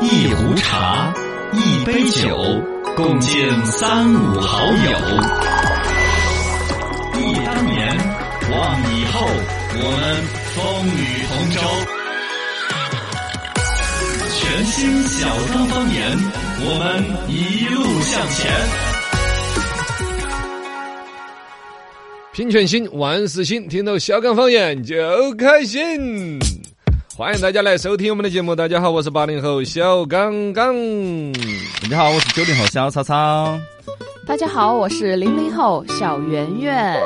一壶茶，一杯酒，共敬三五好友。忆当年，望以后，我们风雨同舟。全新小刚方言，我们一路向前。拼全新，玩死新，听到小刚方言就开心。欢迎大家来收听我们的节目。大家好，我是八零后小刚刚。大家好，我是九零后小超超。大家好，我是零零后小圆圆。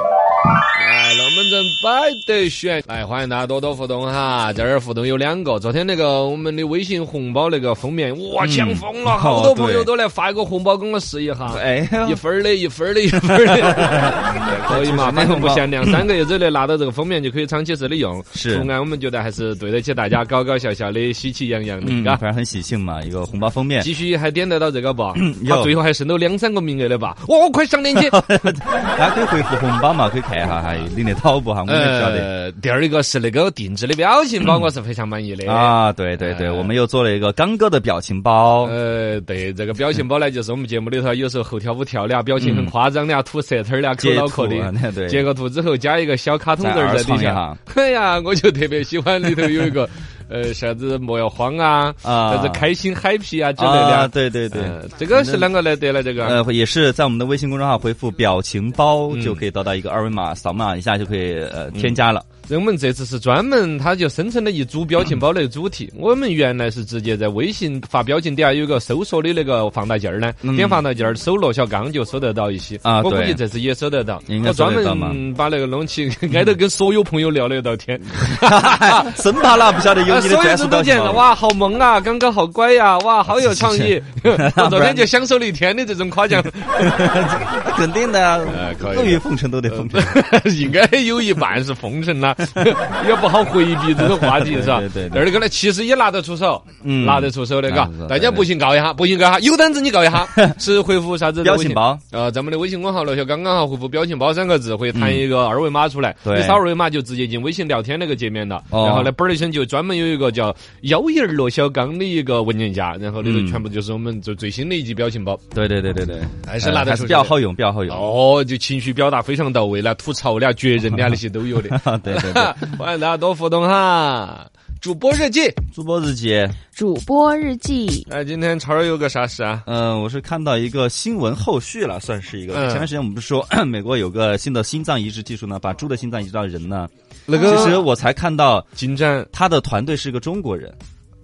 哎，龙门阵摆得选，哎，欢迎大家多多互动哈。这儿互动有两个，昨天那个我们的微信红包那个封面，哇，抢疯了，好多朋友都来发一个红包跟我试一下，哎，一分儿的，一分儿的，一分儿 的，可以嘛？反正不限量，三个月之内拿到这个封面就可以长期式的用。是图案我们觉得还是对得起大家，搞搞笑笑的，喜气洋洋嗯的，，嘎反。正很喜庆嘛，一个红包封面。继续还点得到这个不？有他最后还剩到两三个名额的吧？哦，快上 链接！大家可以回复红包嘛，可以看一下哈，领得到不哈？我们也晓得。呃，第二一个是那个定制的表情 包，我是非常满意的。啊，对对对，呃我们又做了一个刚哥的表情包，呃，对，这个表情包呢，就是我们节目里头有时候后跳舞跳的啊，表情很夸张的啊，吐舌头的啊，抠截脑图壳的啊，那对，截个图之后加一个小卡通人儿在底在二创一下下。 哎呀，我就特别喜欢里头有一 个呃啥子莫要慌啊，啊啥子开心 happy 啊之类啊，的。对对对。呃，这个是啷个来得了？这个啊呃，也是在我们的微信公众号回复“表情包”嗯就可以得到一个二维码，扫码一下就可以呃添加 了。我们这次是专门，它就生成了一组表情包的主嗯题。我们原来是直接在微信发表情底下有个搜索的那个放大镜儿呢，嗯点放大镜儿搜罗小刚就搜得到一些。啊我估对计这次也搜得到。应该我专搜得到嘛门把那个弄 起，挨着跟所有朋友聊了一道 天。生啊怕那不晓得有啊，你的所有专属人都表见情 了，包。哇，好萌啊！刚刚好乖呀、哇，好有 创意！ 我昨天就享受了一天的这种夸奖，肯定的啊呃可以，乐于奉承都得奉承。 应该有一半是奉承 啦，也不好回避这种话题，是吧？对对对对第二个呢，其实也拿得出手，嗯拿得出手的，拿嘎得出手。大家不信告一下，不信告一下，有胆子你告一 下，是回复啥子？表情。包，呃，咱们的微信公号罗小刚刚好回复“表情包”三个字，会弹一个二维码出来。嗯对你扫二维码就直接进微信聊天那个界面了。哦然后呢，本儿里头就专门有一个叫“幺眼儿罗小刚”的一个文件夹，然后里头嗯全部就是我们最最新的一集表情包， 对对对对 对，还是拿呃得还出去是的比较好用，比较好用。哦，就情绪表达非常到位了，吐槽了、撅人的啊那些都有的。啊， 对对对，欢迎大家多互动哈。主播日记，主播日记，主播日记，哎，今天潮儿有个啥事啊？嗯、我是看到一个新闻后续了，算是一个。嗯前段时间我们不是说 美国有个新的心脏移植技术呢，把猪的心脏移植到人呢？那其实我才看到进展他的团队是个中国人，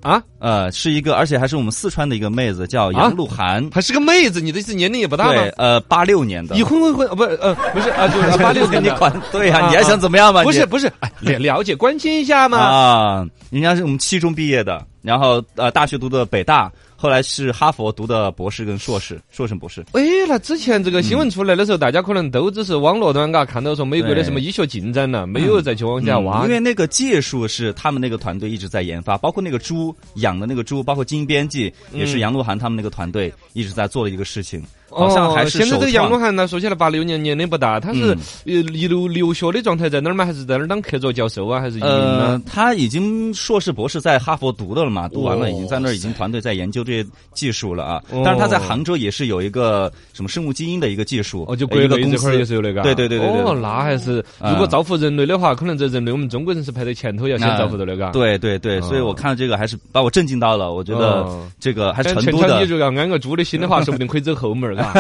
啊，呃，是一个，而且还是我们四川的一个妹子，叫杨鹿晗。还是个妹子，你的意思年龄也不大吗对，？呃，八六年的已，婚未婚啊？不是，呃，不是啊，就是八六年你的，管对呀、啊你还想怎么样嘛？不是你不是，哎，了了解关心一下嘛。啊，人家是我们七中毕业的，然后呃，大学读的北大，后来是哈佛读的博士跟硕士，硕士博士。哎，那之前这个新闻出来的时候，大家可能都只是网络端嘎看到说美国的对什么医学进展了，没有再去往下挖嗯因。为那个技术是他们那个团队一直在研发，包括那个猪养的那个猪，包括基因编辑嗯也是杨鹿晗他们那个团队一直在做的一个事情，好像还是哦现在这个首杨创鹿晗呢，说起来八六年年龄不大，他是嗯呃一路留学的状态在哪儿吗？还是在哪儿当客座教授啊？还是移民呃呢？，他已经硕士博士在哈佛读的了嘛，读完哇了已经在那儿已经团队在研究这些技术了啊。哦但是他在杭州也是有一个什么生物基因的一个技术，哦，就呃国一个内公这块儿也司。是有那个啊，对对对对对哦，那还是如果嗯造福人类的话，可能在人类我们中国人是排在前头，要先造福到那个啊。对对对，所以我看到这个还是把我震惊到了。我觉得哦这个还是但成陈都昌，的你，如果要安个猪的心的话，说不定可以走后门儿，嘎。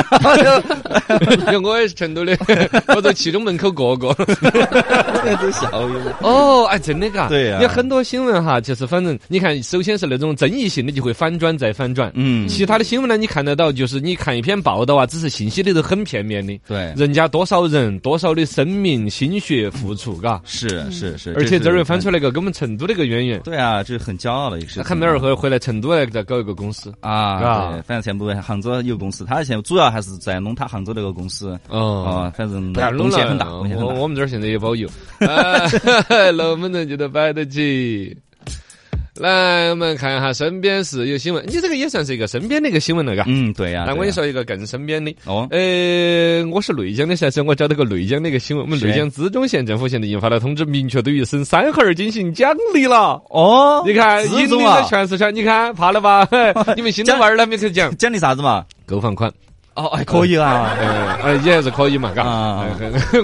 就我也是成都的， 我从七中门口过过。都 小 有哦，哎，真的嘎。对呀有很多新闻哈，就是反正你看，首先是那种争议性的就会反转再反转。嗯，其他的新闻呢，你看得到，就是你看一篇报道啊，只是信息里头很片面的，对，人家多少人多少的生命、心血付出，嘎。是是是，而且是这儿又翻出来一个跟我们成都的一个渊源，对啊，这是很骄傲的一个事情。看梅儿回回来成都来再搞一个公司。啊，是吧对，反正全部杭州有公司，他现在主要还是在弄他杭州那个公司哦。啊，反正不要贡弄献很了大，，贡献很嗯我 啊大。我们这儿现在也包邮，呃龙门阵就得摆得起。来，我们看一下身边是有新闻，你这个也算是一个身边的一个新闻了，嘎。嗯，对呀、那我跟对你呀，说一个更身边的，哦，呃，我是内江的噻，所以我找到个内江的一个新闻。我们是内江资中县政府现在印发了通知，明确对于省三孩儿进行奖励了。哦你看，资引中领啊了全四川，你看怕了吧？嘿你们新的娃儿呢，没去 讲奖励啥子嘛？购房款，哦，哎还可以啊，呃，呃也还是可以嘛，嘎。啊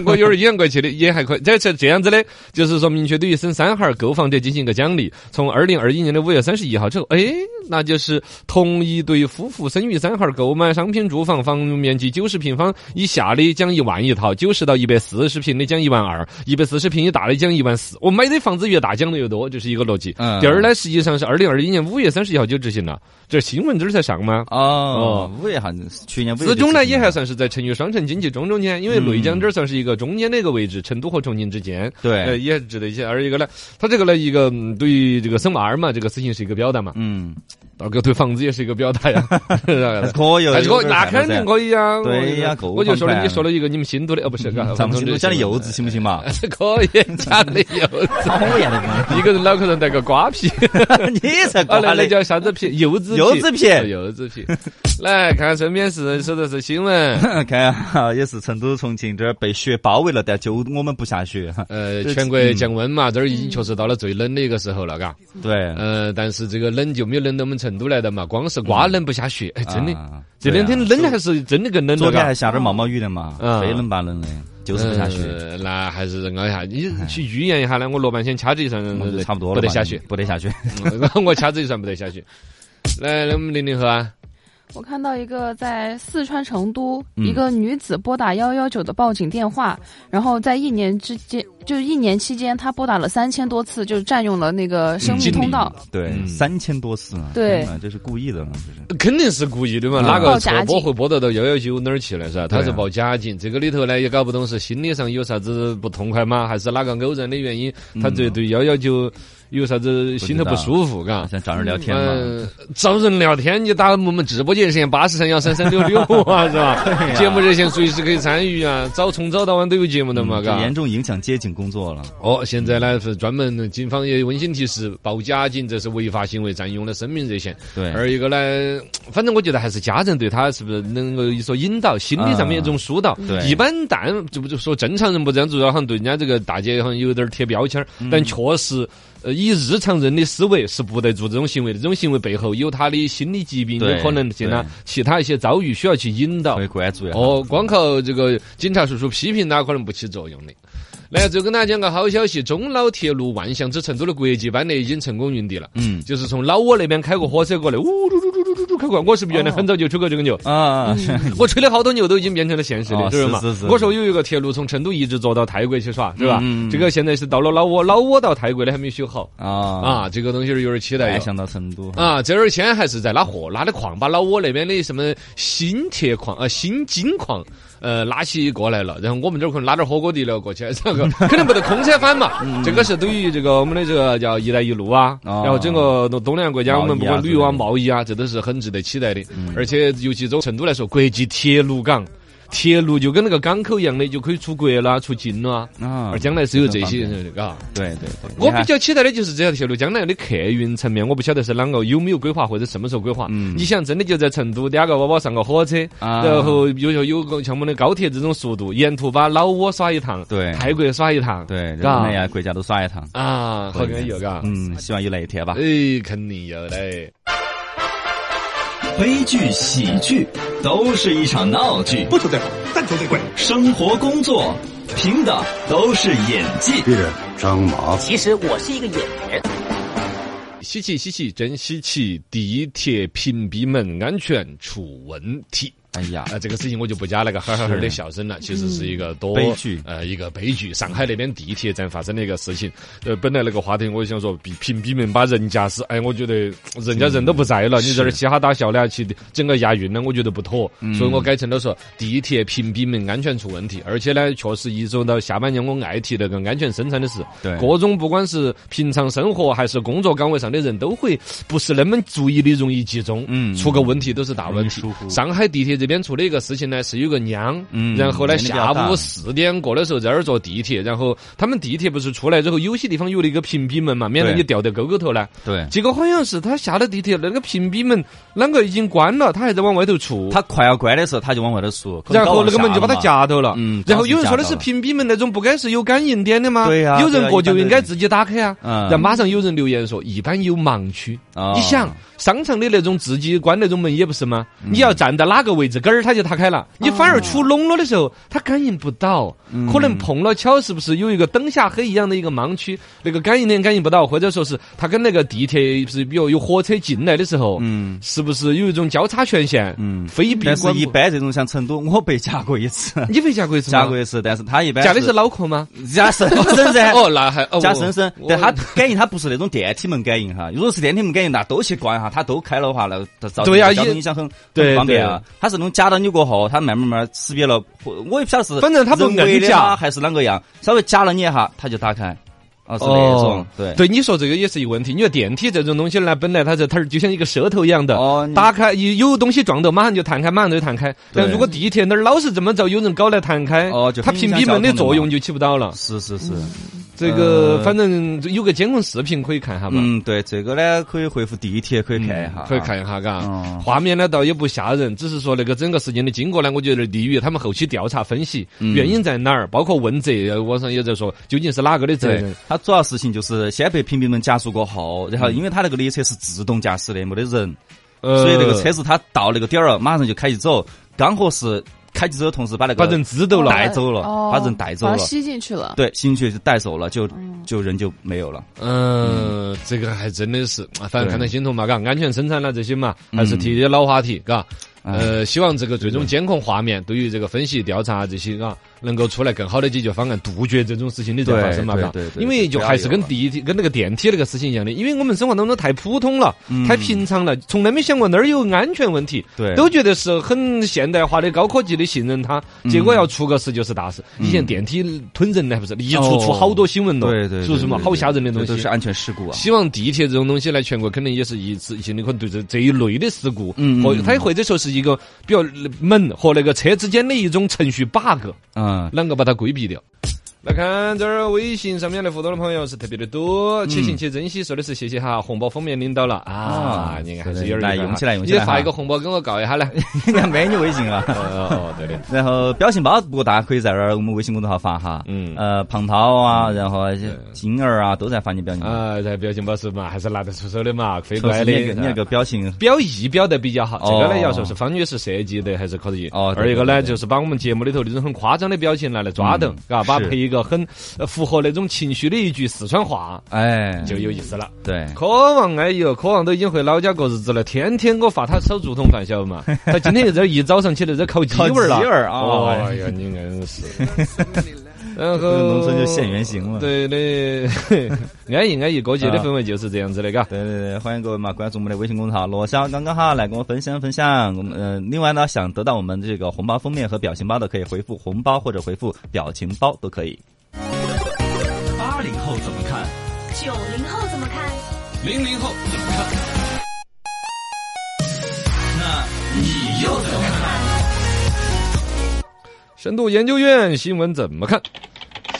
我有点阴阳怪气的，也还可以。这是这样子的，就是说明确对于省三孩儿购房者进行一个奖励。从二零二一年的五月三十一号之后，哎，那就是同意对夫妇生育三孩儿购买商品住房，房面积九十平方以下的奖一万一套，九十到一百四十平的奖一万二，一百四十平以大的奖一万四。我买的房子越大奖的越多，这是一个逻辑。嗯第二呢，实际上是二零二一年五月三十一号就执行了，这是新闻这儿才上吗？哦，五月哈，去年五月资中呢也还是算是在成渝双城经济中中间，因为嗯内江这儿算是一个中间的一个位置，成都和重庆之间，呃，对，也值得一些。而一个呢，它这个呢，一个嗯对于这个生娃儿嘛，这个事情是一个表达嘛，嗯，二个对房子也是一个表达 呀，是还是吧可以，还是可有以点那看法肯定噻。可以呀，对呀我狗我就说放了，开你说了一个你们新都的，哦不是，嘎咱们新都家里柚子，行不行嘛？哎可以家里柚 子，讨厌的，一个人脑壳上带个瓜 皮，你才啊，瓜那那嘞！叫啥子 皮？柚子柚子皮哦柚子 皮。来看身边是说的是新闻。看哈，也是成都、重庆这儿被雪包围了，但就我们不下雪。呃，这全国降温嘛，这儿已经确实到了最冷的一个时候了，嘎。对，呃，但是这个冷就没有冷到我们成都来的嘛，光是刮冷不下雪，哎，真的，嗯啊这两天对啊冷还是真的更冷昨了，天嘎还。下着毛毛雨的嘛，嗯非冷吧冷的，就是不下雪。呃那还是人熬一下。你去预言一下呢？我罗半仙掐指一算，我们就差不多呃不了得吧，下 雪。不 得下雪。嗯我掐指一算，不得下雪。来，那我们零零后啊，我看到一个在四川成都，嗯一个女子拨打幺幺九的报警电话，然后在一年之间，就是一年期间，她拨打了三千多次，就是占用了那个生命通道。对，嗯三千多次啊，对天哪，这是故意的嘛，这是。肯定是故意的嘛，嗯哪报个假错警拨会拨到到幺幺九哪儿去了是吧？他是对啊报假警，这个里头呢也搞不懂是心理上有啥子不痛快吗？还是哪个偶然的原因，他嗯对对幺幺九有啥子心头不舒服，嘎好。像找人聊天嘛，嗯，找人聊天，你打我们直播间热线八四三幺三三六六 啊，是吧？节目热线随时可以参与啊，早从早到晚都有节目的嘛，嗯这嘎。严重影响接警工作了。哦，现在呢是专门警方也温馨提示，报假警这是违法行为，占用了生命热线。对，而一个呢，反正我觉得还是家人对他是不是能够一说引导，心理上面一种疏导。嗯对一般但就不就说正常人不这样做，好像对人家这个大姐好像有点儿贴标签儿，嗯但确实。呃，以日常人的思维是不得做这种行为的，这种行为背后有他的心理疾病，有对可能性啊对，其他一些遭遇需要去引导可以。关注一下。哦，光靠这个警察叔叔批评他可能不起作用的。来，最后跟大家讲个好消息，中老铁路万象至成都的国际班列已经成功运抵了。嗯就是从老挝那边开个火车过来，呜嘟嘟嘟嘟嘟嘟开过来。我是不是哦原来很早就吹过这个 牛？啊，我吹了好多牛都已经变成了现实哦的，知道吗是是是？我说有一个铁路从成都一直坐到泰国去耍，是吧嗯嗯嗯？这个现在是到了老挝，老挝到泰国的还没修好啊哎啊，这个东西儿有点期待还哟。想到成都啊，这儿先还是在拉货，拉的矿，把老挝那边的什么锌铁矿、呃锌金矿，呃拉起过来了。然后我们这儿可能拉点火锅底料过去，这 个肯定不得空车翻嘛。这个是对于这个我们的这个叫“一带一路”啊，嗯哦然后整个东东南亚国家，贸易啊我们不管旅游啊、之类的嗯贸易啊，这都是很值得期待的。而且尤其从成都来说，国际铁路港。铁路就跟那个港口一样的，就可以出国啦、出境啦。啊而将来是有这啊些这很人方的，嘎。对对对，我你看比较期待的就是这条铁路将来的客运层面，我不晓得是啷个有没有规划或者什么时候规划。嗯你想真的就在成都两个包包上个火车，啊然后有有有个像我们的高铁这种速度，沿途把老挝耍一趟，对泰国耍一趟，对，嘎东南亚国家都耍一趟。啊，好安逸哦嘎。嗯，希望有那一天吧。哎，肯定有嘞。悲剧、喜剧都是一场闹剧，不求最好，但求最贵。生活、工作凭的都是演技。别人张麻子，其实我是一个演员。稀奇稀奇，真稀奇！地铁屏蔽门安全出问题。哎呀啊、，这个事情我就不加那个哈哈哈的笑声了，其实是一个多嗯悲剧呃，一个悲剧。上海那边地铁站发生的一个事情，呃，本来那个话题我想说，比屏蔽门把人家是，哎，我觉得人家人都不在了，你在这儿嘻哈大笑呢，去整个押韵呢，我觉得不妥，嗯所以我改成了说地铁屏蔽门安全出问题，而且呢，确实一说到下半年我爱提那个安全生产的事，对各种不管是平常生活还是工作岗位上的人都会不是那么注意的容易集中，嗯出个问题都是大问容易题疏忽。上海地铁这这边出的一个事情呢，是有个娘，嗯然后呢年龄比较下大午四点过的时候在那儿坐地铁，然后他们地铁不是出来之后，有些地方有了一个屏蔽门嘛，免得对你掉到沟沟头来。对，结果好像是他下了地铁，那个屏蔽门啷个已经关了，他还在往外头出。他快要关的时候，他就往外头缩，可能然后高那个门就把他往下了嘛。夹到了，嗯然后有人说的夹到是了屏蔽门那种不该是有感应点的吗？对呀有人过对呀就一般都是应该自己打开啊。嗯然后马上有人留言说，一般有盲区。哦你想，商场的那种自己关那种门也不是吗？嗯你要站到哪个位置，杆儿它就打开哦了，你反而出笼了的时候，它感应不到，嗯可能碰了巧，是不是有一个灯下黑一样的一个盲区，那个感应点感应不到，或者说是它跟那个地铁是比如有火车进来的时候，嗯是不是有一种交叉权限？嗯非必但是关一不。，般这种像成都，我被夹过一次 你没夹过一次吗？ 夹过一次，但是他一般夹的是脑壳吗？。夹深深 噻 哦，那还哦夹深深，但他他感应他不是那种电梯门感应哈，如果是电梯门感应，那都去关哈，他都开了的话，那造对呀造一成影响很对很方便啊。他是那种夹到你过后，他慢慢慢慢识别了，或我也不晓得是反正它不人为的硬夹啊还是啷个样，稍微夹了你一下，他就打开，哦是那哦种，对对，你说这个也是一个问题。你说电梯这种东西呢，本来它这它儿就像一个舌头一样的，哦你打开有有东西撞到，马上就弹开，马上就弹开。但对如果地铁那儿老是这么着，有人搞来弹开，哦就它很屏影响蔽门的交通的作嘛用就起不到了。是是是。嗯这个呃反正有个监控视频可以看哈嘛。嗯，对，这个呢可以回复地铁，可以看一下，可以哦看一下，嘎、嗯画面呢倒也不吓人，只是说那个整个事件的经过呢，我觉得利于他们后期调查分析，嗯原因在哪儿，包括问责，呃网上也在说究竟是哪个的责任对。，它主要事情就是先被屏蔽门加速过后，然后因为它那个列车是自动驾驶的，没得人，嗯呃所以那个车子它到那个点儿了，马上就开起走，刚合适开起走的同时把那把个人支走了。带走了哦把人带走把了它吸进去了。对进去就带走了，就嗯就人就没有了。嗯，这个还真的是，啊反正对嗯看得心痛嘛，嘎，安全生产啦这些嘛，还是提的老话题，嘎。哎呃，希望这个最终监控画面对于这个分析调查这些啊，能够出来更好的解决方案，杜绝这种事情的再对发生嘛，对嘎对对因为就不要还是有跟了地铁跟那个电梯那个事情一样的，因为我们生活当中太普通了，嗯太平常了，从来没想过那儿有安全问题，对都觉得是很现代化的高科技的信任它，嗯结果要出个事就是大事。以前电梯吞人呢，还不是一出哦出好多新闻了，嗯对对，是不是嘛？好吓人的东都西是。安全事故啊。希望地铁这种东西呢，全国肯定也是一次性的，可能对这这一类的事故，嗯嗯或嗯它或者说是一个比较门和那个车之间的一种程序 bug，嗯，啷个把它规避掉？来看这儿微信上面来互动的朋友是特别的多，且嗯行且珍惜说的是谢谢哈，红包封面领到了啊啊，你看还是是的有点来意思哈用起来用起你来再发哈一个红包给我告一下来。应该没你微信啊。 哦，对的，然后表情包，不过大家可以在这儿我们微信公众号发哈，嗯呃，胖涛啊，然后金儿啊，都在发你表情包。啊，在表情包是嘛，还是拿得出手的嘛，飞过特来是的。啊你那个你那个表情，表意表得比较好，哦这个呢要说是方女士设计的还是可以。哦对二一个呢对对对嗯就是把我们节目里头那种很夸张的表情拿来抓到，嘎，把是配一个很呃符合那种情绪的一句四川话，哎，就有意思了。对，渴望安逸，渴望都已经回老家过日子了，天天给我发他炒竹筒饭，晓得嘛？ 他今天又在这儿一早上起来在烤鸡烤味儿了，鸡味儿啊哦 哎呀，你硬是。然后农村就现原形了对 的，安逸安逸，过节的氛围就是这样子的，嘎。对对对，欢迎各位嘛，关注我们的微信公众号“罗霄刚刚好”，来跟我分享分享。我们呃，另外呢，想得到我们这个红包封面和表情包的，可以回复红包或者回复表情包都可以。八零后怎么看？九零后怎么看？零零后怎么看？那你又怎么看？深度研究院新闻怎么看？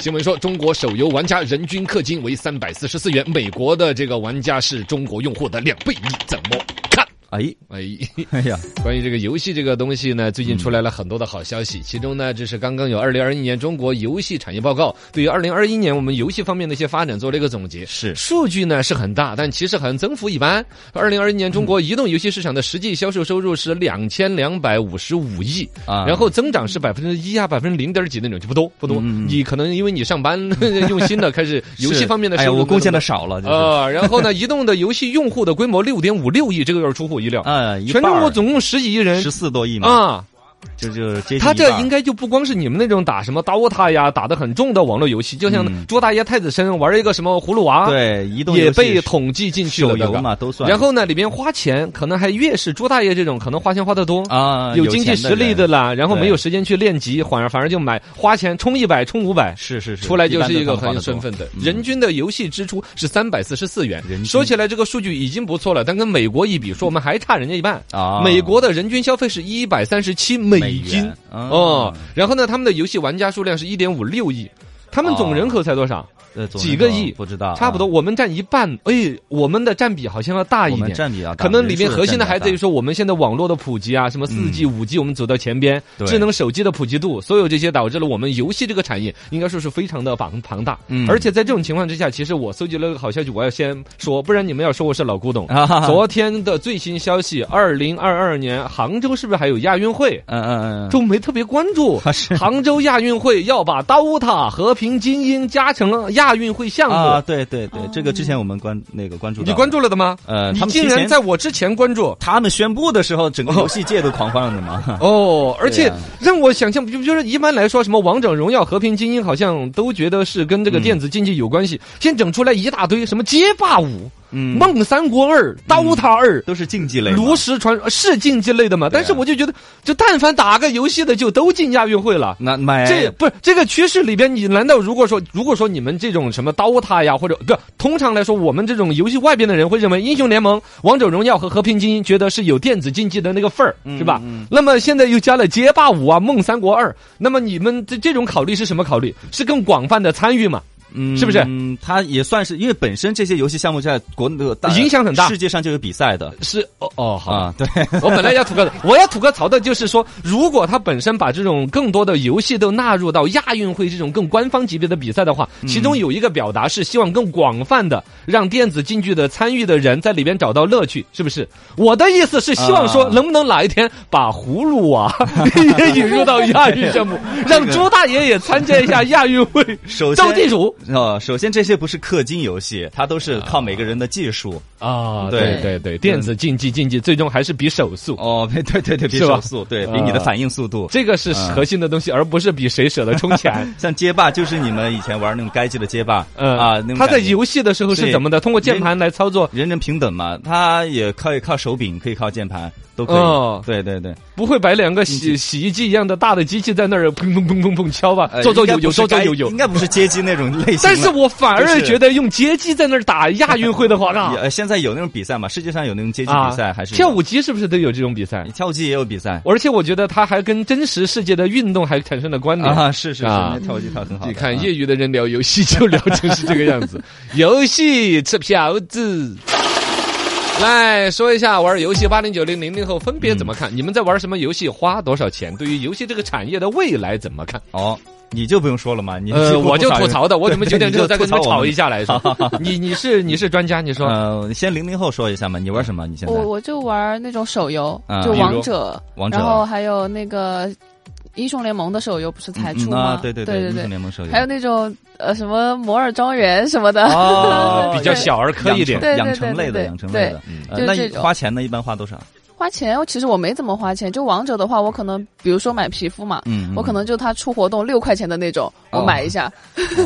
新闻说，中国手游玩家人均氪金为三百四十四元，美国的这个玩家是中国用户的两倍，你怎么看？ 哎，哎。哎呀，关于这个游戏这个东西呢，最近出来了很多的好消息，其中呢，这是刚刚有二零二一年中国游戏产业报告对于二零二一年我们游戏方面的一些发展做了一个总结。是数据呢是很大，但其实很增幅一般。二零二一年中国移动游戏市场的实际销售收入是两千两百五十五亿，啊然后增长是百分之一啊，百分之零点几那种，就不多不多。嗯你可能因为你上 班用心了，开始游戏是方面的哎收呀，入我贡献的的少了，就是啊，然后呢，移动的游戏用户的规模六点五六亿，这个有点出乎我意料。呃，一全中半国儿总共十几亿人十四多亿嘛，啊，就就接近他这一半应该就不光是你们那种打什么打我塔呀，打的很重的网络游戏，就像嗯捉大爷太子参玩一个什么葫芦娃，，对移动也游戏被统计进去了手的游吧。嘛都算。然后呢，里边花钱可能还越是捉大爷这种，可能花钱花的多。啊，有有经济钱实力的人啦，然后没对有时间去练级，反而反而就买花钱充一百充五百，是是是，出来就般是都一个他们花很有得身多份的。嗯人均的游戏支出是三百四十四元人，均说起来这个数据已经不错了，但跟美国一比，说我们还差人家一半。啊，美国的人均消费是一百三十七美金元，嗯哦，，然后呢，他们的游戏玩家数量是一点五六亿。他们总人口才多少？呃总几个人口亿不知道，差不多，啊我们占一半。哎，我们的占比好像要大一我们点。占比要大可能里面啊人数核心的占比还要在于大嗯说，我们现在网络的普及啊，什么四 G、五 G，我们走到前边，对智能手机的普及度，所有这些导致了我们游戏这个产业应该说是非常的庞庞大。嗯而且在这种情况之下，其实我搜集了个好消息，我要先说，不然你们要说我是老古董。 啊哈哈，昨天的最新消息，二零二二年杭州是不是还有亚运会？嗯嗯嗯嗯，都没特别关 注啊是，杭州亚运会要把《刀塔》《和平精英》加成了亚运会项目，啊，对对对，这个之前我们关那个关注到哦你关注了的吗？呃，你他们竟提然前在我之前关注。他们宣布的时候，整个游戏界都狂欢了 嘛。哦，而且对啊让我想象，就就是一般来说，什么王者荣耀、和平精英，好像都觉得是跟这个电子竞技有关系。先整出来一大堆什么街霸五、嗯，梦三国二、刀塔二、都是竞技类嘛，炉石传呃是竞技类的嘛？对啊但是我就觉得，就但凡打个游戏的，就都进亚运会了。那买这不是这个趋势里边，你难道如果说如果说你们这种什么刀塔呀，或者不，通常来说，我们这种游戏外边的人会认为英雄联盟、王者荣耀和和平精英觉得是有电子竞技的那个份儿，是吧？那么现在又加了街霸五啊、梦三国二，那么你们这这种考虑是什么考虑？是更广泛的参与嘛？嗯是不是嗯，它也算是因为本身这些游戏项目在国内的大影响很大世界上就有比赛的是哦哦好吧啊， 对，我本来要吐个，我要吐个槽的就是说，如果他本身把这种更多的游戏都纳入到亚运会这种更官方级别的比赛的话，嗯其中有一个表达是希望更广泛的让电子竞技的参与的人在里边找到乐趣，是不是？我的意思是希望说，啊能不能哪一天把葫芦娃 也引入到亚运项 目，让朱大爷也参加一下亚运会首先斗地主哦，首先这些不是氪金游戏，它都是靠每个人的技术啊？对对对，电子竞技竞技最终还是比手速。哦，对对对对，比是吧手速，对比你的啊反应速度。这个是嗯核心的东西，而不是比谁舍得充 钱。像街霸就是你们以前玩那种街机的街霸，嗯啊，那种他在感觉游戏的时候是对怎么的？通过键盘来操作，人人平等嘛，他也可以靠手柄，可以靠键盘，都可以。哦对对对，不会摆两个嗯洗洗衣机一样的大的机器在那儿砰砰砰砰砰敲吧？呃左左应该右右，不是左左该右右应。该不是街机那种类型了。但是我反而就是觉得用街机在那儿打亚运会的话，也那呃现在有那种比赛嘛，世界上有那种街机啊比赛，还是有跳舞机是不是都有这种比赛？跳机也有比赛而且我觉得它还跟真实世界的运动还产生了关联。啊，是是是，啊那跳机跳得很好的。你看啊业余的人聊游戏就聊成是这个样 子，游戏吃票子。来说一下玩游戏八零九零零零后分别怎么看？嗯你们在玩什么游戏？花多少钱？对于游戏这个产业的未来怎么看？哦，你就不用说了嘛，你呃，几乎我就不少吐人槽的，我准备对九点之后再跟你们吐槽我吵一下 来说。你你是你是专家，你说呃，先零零后说一下嘛，你玩什么？你现在我我就玩那种手游，啊就比如王者，王者然后还有那个英雄联盟的手游不是才嗯出嗯吗啊？对对对英雄联盟手游，还有那种呃什么摩尔庄园什么的， 哦呃比较小儿科一点。嗯对对养对成对类的对养成对类的。呃就那这一种花钱呢？一般花多少？花钱其实我没怎么花钱，就王者的话，我可能比如说买皮肤嘛，嗯，嗯我可能就他出活动六块钱的那种，我哦买一下。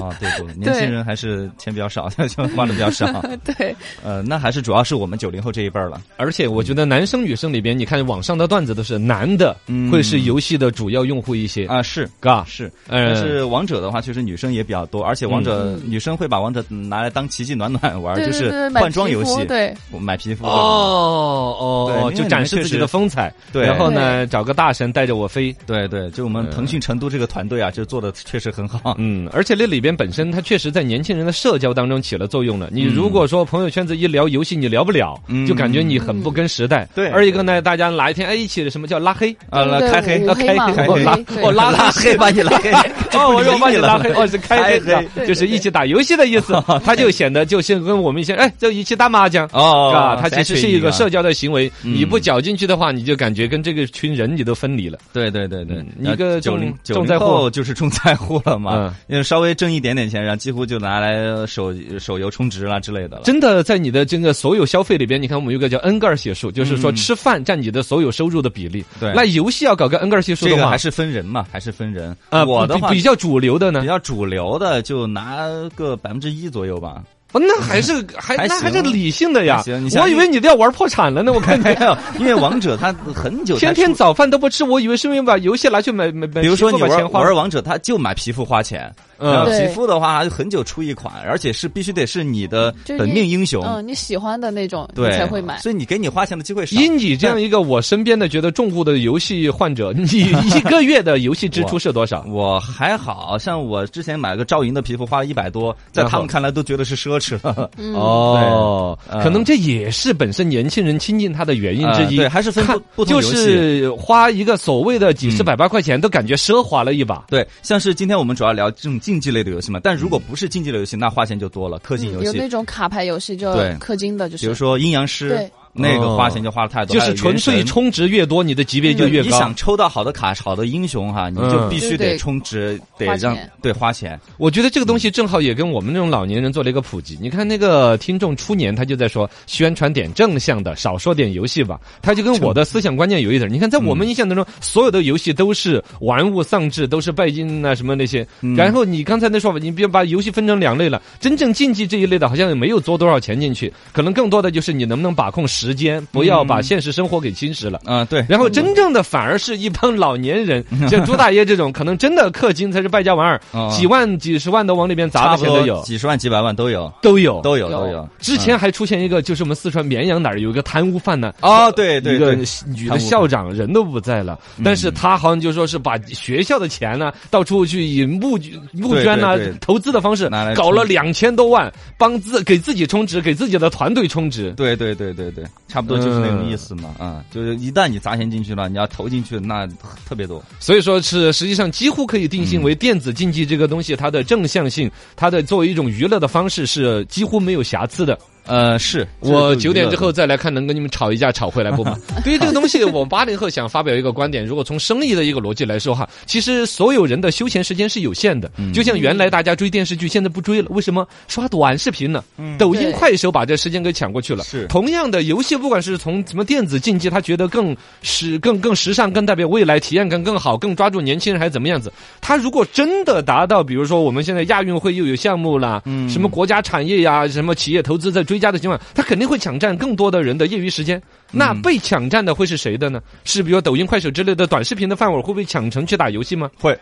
哦，对 对，年轻人还是钱比较少， 就花的比较少。对，呃，那还是主要是我们九零后这一辈儿了。而且我觉得男生女生里边，你看网上的段子都是男的嗯会是游戏的主要用户一些，啊，是嘎，是，嗯但是王者的话，确实女生也比较多，而且王者女生会把王者拿来当奇迹暖暖玩，嗯对就对对是对，买换装皮游肤戏，对，我买皮肤。哦哦嗯对哦，因为就你展们示确自己实的风采。对然后呢，找个大神带着我飞。对对，就我们腾讯成都这个团队啊，就做的确实很好。嗯，而且那里边本身它确实在年轻人的社交当中起了作用了。你如果说朋友圈子一聊游戏，你聊不了，嗯就感觉你很不跟时代。对二一个呢，大家哪一天哎一起什么叫拉黑？啊，来对开黑，五黑嘛，开五黑，拉对哦拉拉黑把你 拉黑。哦，我说我把你拉 黑，哦哦是开黑开啊，就是一起打游戏的意 思。他就显得就是跟我们以前哎就一起打麻将。哦是吧？它其实是一个社设，交的行为，啊嗯你不搅进去的话，你就感觉跟这个群人你都分离了。对对对对嗯，你一个九零重重九灾零户后就是重灾户了了嘛，嗯、稍微挣一点点钱，然后几乎就拿来手手游充值啦之类的了。真的，在你的这个所有消费里边，你看我们有个叫恩格尔系数，就是说吃饭占你的所有收入的比例。对那游戏要搞个恩格尔系数这的个话，还是分人嘛，还是分人。呃我的比话比较主流的呢比，较主流的就拿个百分之一左右 吧。哦那还是还还那还是行理性的呀还行你。想我以为你都要玩破产了呢，我 看你没有，因为王者他很久才天天出。早饭都不吃，我以为是因为把游戏拿去买买买，比如说你把玩钱花玩王者，他就买皮肤花钱，然嗯后对皮肤的话就很久出一款，而且是必须得是你的就是本你命英雄，嗯，你喜欢的那种，你对，才会买。所以你给你花钱的机会少。以你这样一个我身边的觉得重度的游戏患者， 你一个月的游戏支出是多少？我还好像我之前买个赵云的皮肤花了一百多，在然后他们看来都觉得是奢侈了。 嗯，哦对，呃可能这也是本身年轻人亲近他的原因之呃一。对还是分看不不就同游戏是花一个所谓的几十嗯百八块钱，都感觉奢华了一把。对，像是今天我们主要聊这种竞技类的游戏嘛，但如果不是竞技类游戏，那花钱就多了。氪金游嗯有戏，那种卡牌游戏，就对氪金的，就是比如说阴阳师对，那个花钱就花的太多，就还是有纯原神粹充值越多，你的级别就越你高想。抽到好的卡、好的英雄哈，你就嗯必须对得对充值，得花让钱对花钱。我觉得这个东西正好也跟我们这种老年人做了一个普及。你看那个听众初年，他就在说宣传点正向的，少说点游戏吧。他就跟我的思想观念有一点儿。你看，在我们印象当中，所有的游戏都是玩物丧志，都是拜金啊什么那些。然后你刚才那说法，你别把游戏分成两类了。真正竞技这一类的，好像也没有做多少钱进去，可能更多的就是你能不能把控时间，不要把现实生活给侵蚀了。嗯，对， 然后真正的反而是一帮老年人，像朱大爷这种，可能真的氪金才是败家玩意嗯儿，几万、几十万的往里面 砸的差不钱都多有，几十万、几百万都有，都有，都有有都有。之前还出现一个，就是我们四川绵阳哪儿有一个贪污犯呢？哦，对对一个对，嗯女的校长人都不在了，但是她好像就说是把学校的钱呢、到处去以募募对捐呐、啊对对投资的方式拿来，搞了充值两千多万，帮自给自己充值，给自己的团队充值。对对对对对，差不多嗯就是那种意思嘛。啊，就是一旦你砸钱进去了，你要投进去，那特别多。所以说是实际上几乎可以定性为电子竞技这个东西，它的正向性，它的作为一种娱乐的方式是几乎没有瑕疵的。呃，是我九点之，这后个再来看，能跟你们吵一架吵回来不嘛？ 对于这个东西，我八零后想发表一个观点，如果从生意的一个逻辑来说哈，其实所有人的休闲时间是有限的，就像原来大家追电视剧，现在不追了，为什么？刷短视频了，抖音、对快手把这时间给抢过去了。是同样的游戏，不管是从什么电子竞技，他觉得更时、更更时尚、更代表未来，体验感更好，更抓住年轻人还是怎么样子？他如果真的达到，比如说我们现在亚运会又有项目啦，嗯什么国家产业呀、什么企业投资在追加的情况下，他肯定会抢占更多的人的业余时间。嗯那被抢占的会是谁的呢？是比如抖音、快手之类的短视频的饭碗会被抢成去打游戏吗？会，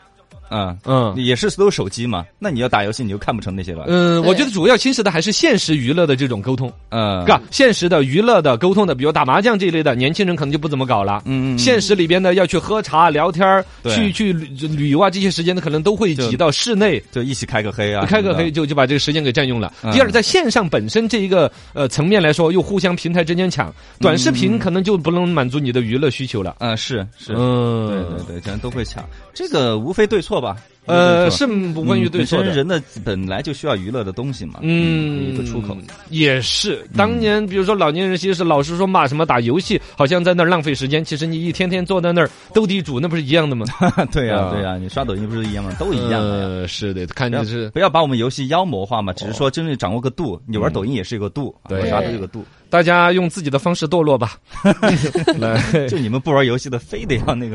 嗯。嗯。也是都是手机嘛，那你要打游戏你就看不成那些了。嗯，对我觉得主要侵蚀的还是现实娱乐的这种沟通，嗯，是吧？现实的娱乐的沟通的，比如打麻将这一类的，年轻人可能就不怎么搞了。嗯，嗯，现实里边呢，要去喝茶、聊天儿对去去旅旅游啊，这些时间呢，可能都会就挤到室内，就一起开个黑啊，开个黑什么就就把这个时间给占用了。嗯第二，在线上本身这一个呃层面来说，又互相平台之间嗯抢，短视频可能就不能满足你的娱乐需求了。的。嗯，是是，对嗯对，对，咱都会抢，这个无非对错吧？呃，无非对错嗯是不关于对错本的。身人的本来就需要娱乐的东西嘛，嗯，一个出口。 嗯也是。当年比如说老年人，其实老是说骂什么打游戏，好像在那儿浪费时间。其实你一天天坐在那儿斗地主，那不是一样的吗？对呀、啊对呀、你刷抖音不是一样吗？都 一样的呀。呃，是的，看不要着是哦不要把我们游戏妖魔化嘛，只是说真正掌握个度。你玩抖音也是有个度，嗯啊对玩啥都有个度。 大家用自己的方式堕落吧。来。就你们不玩游戏的，非得要那个。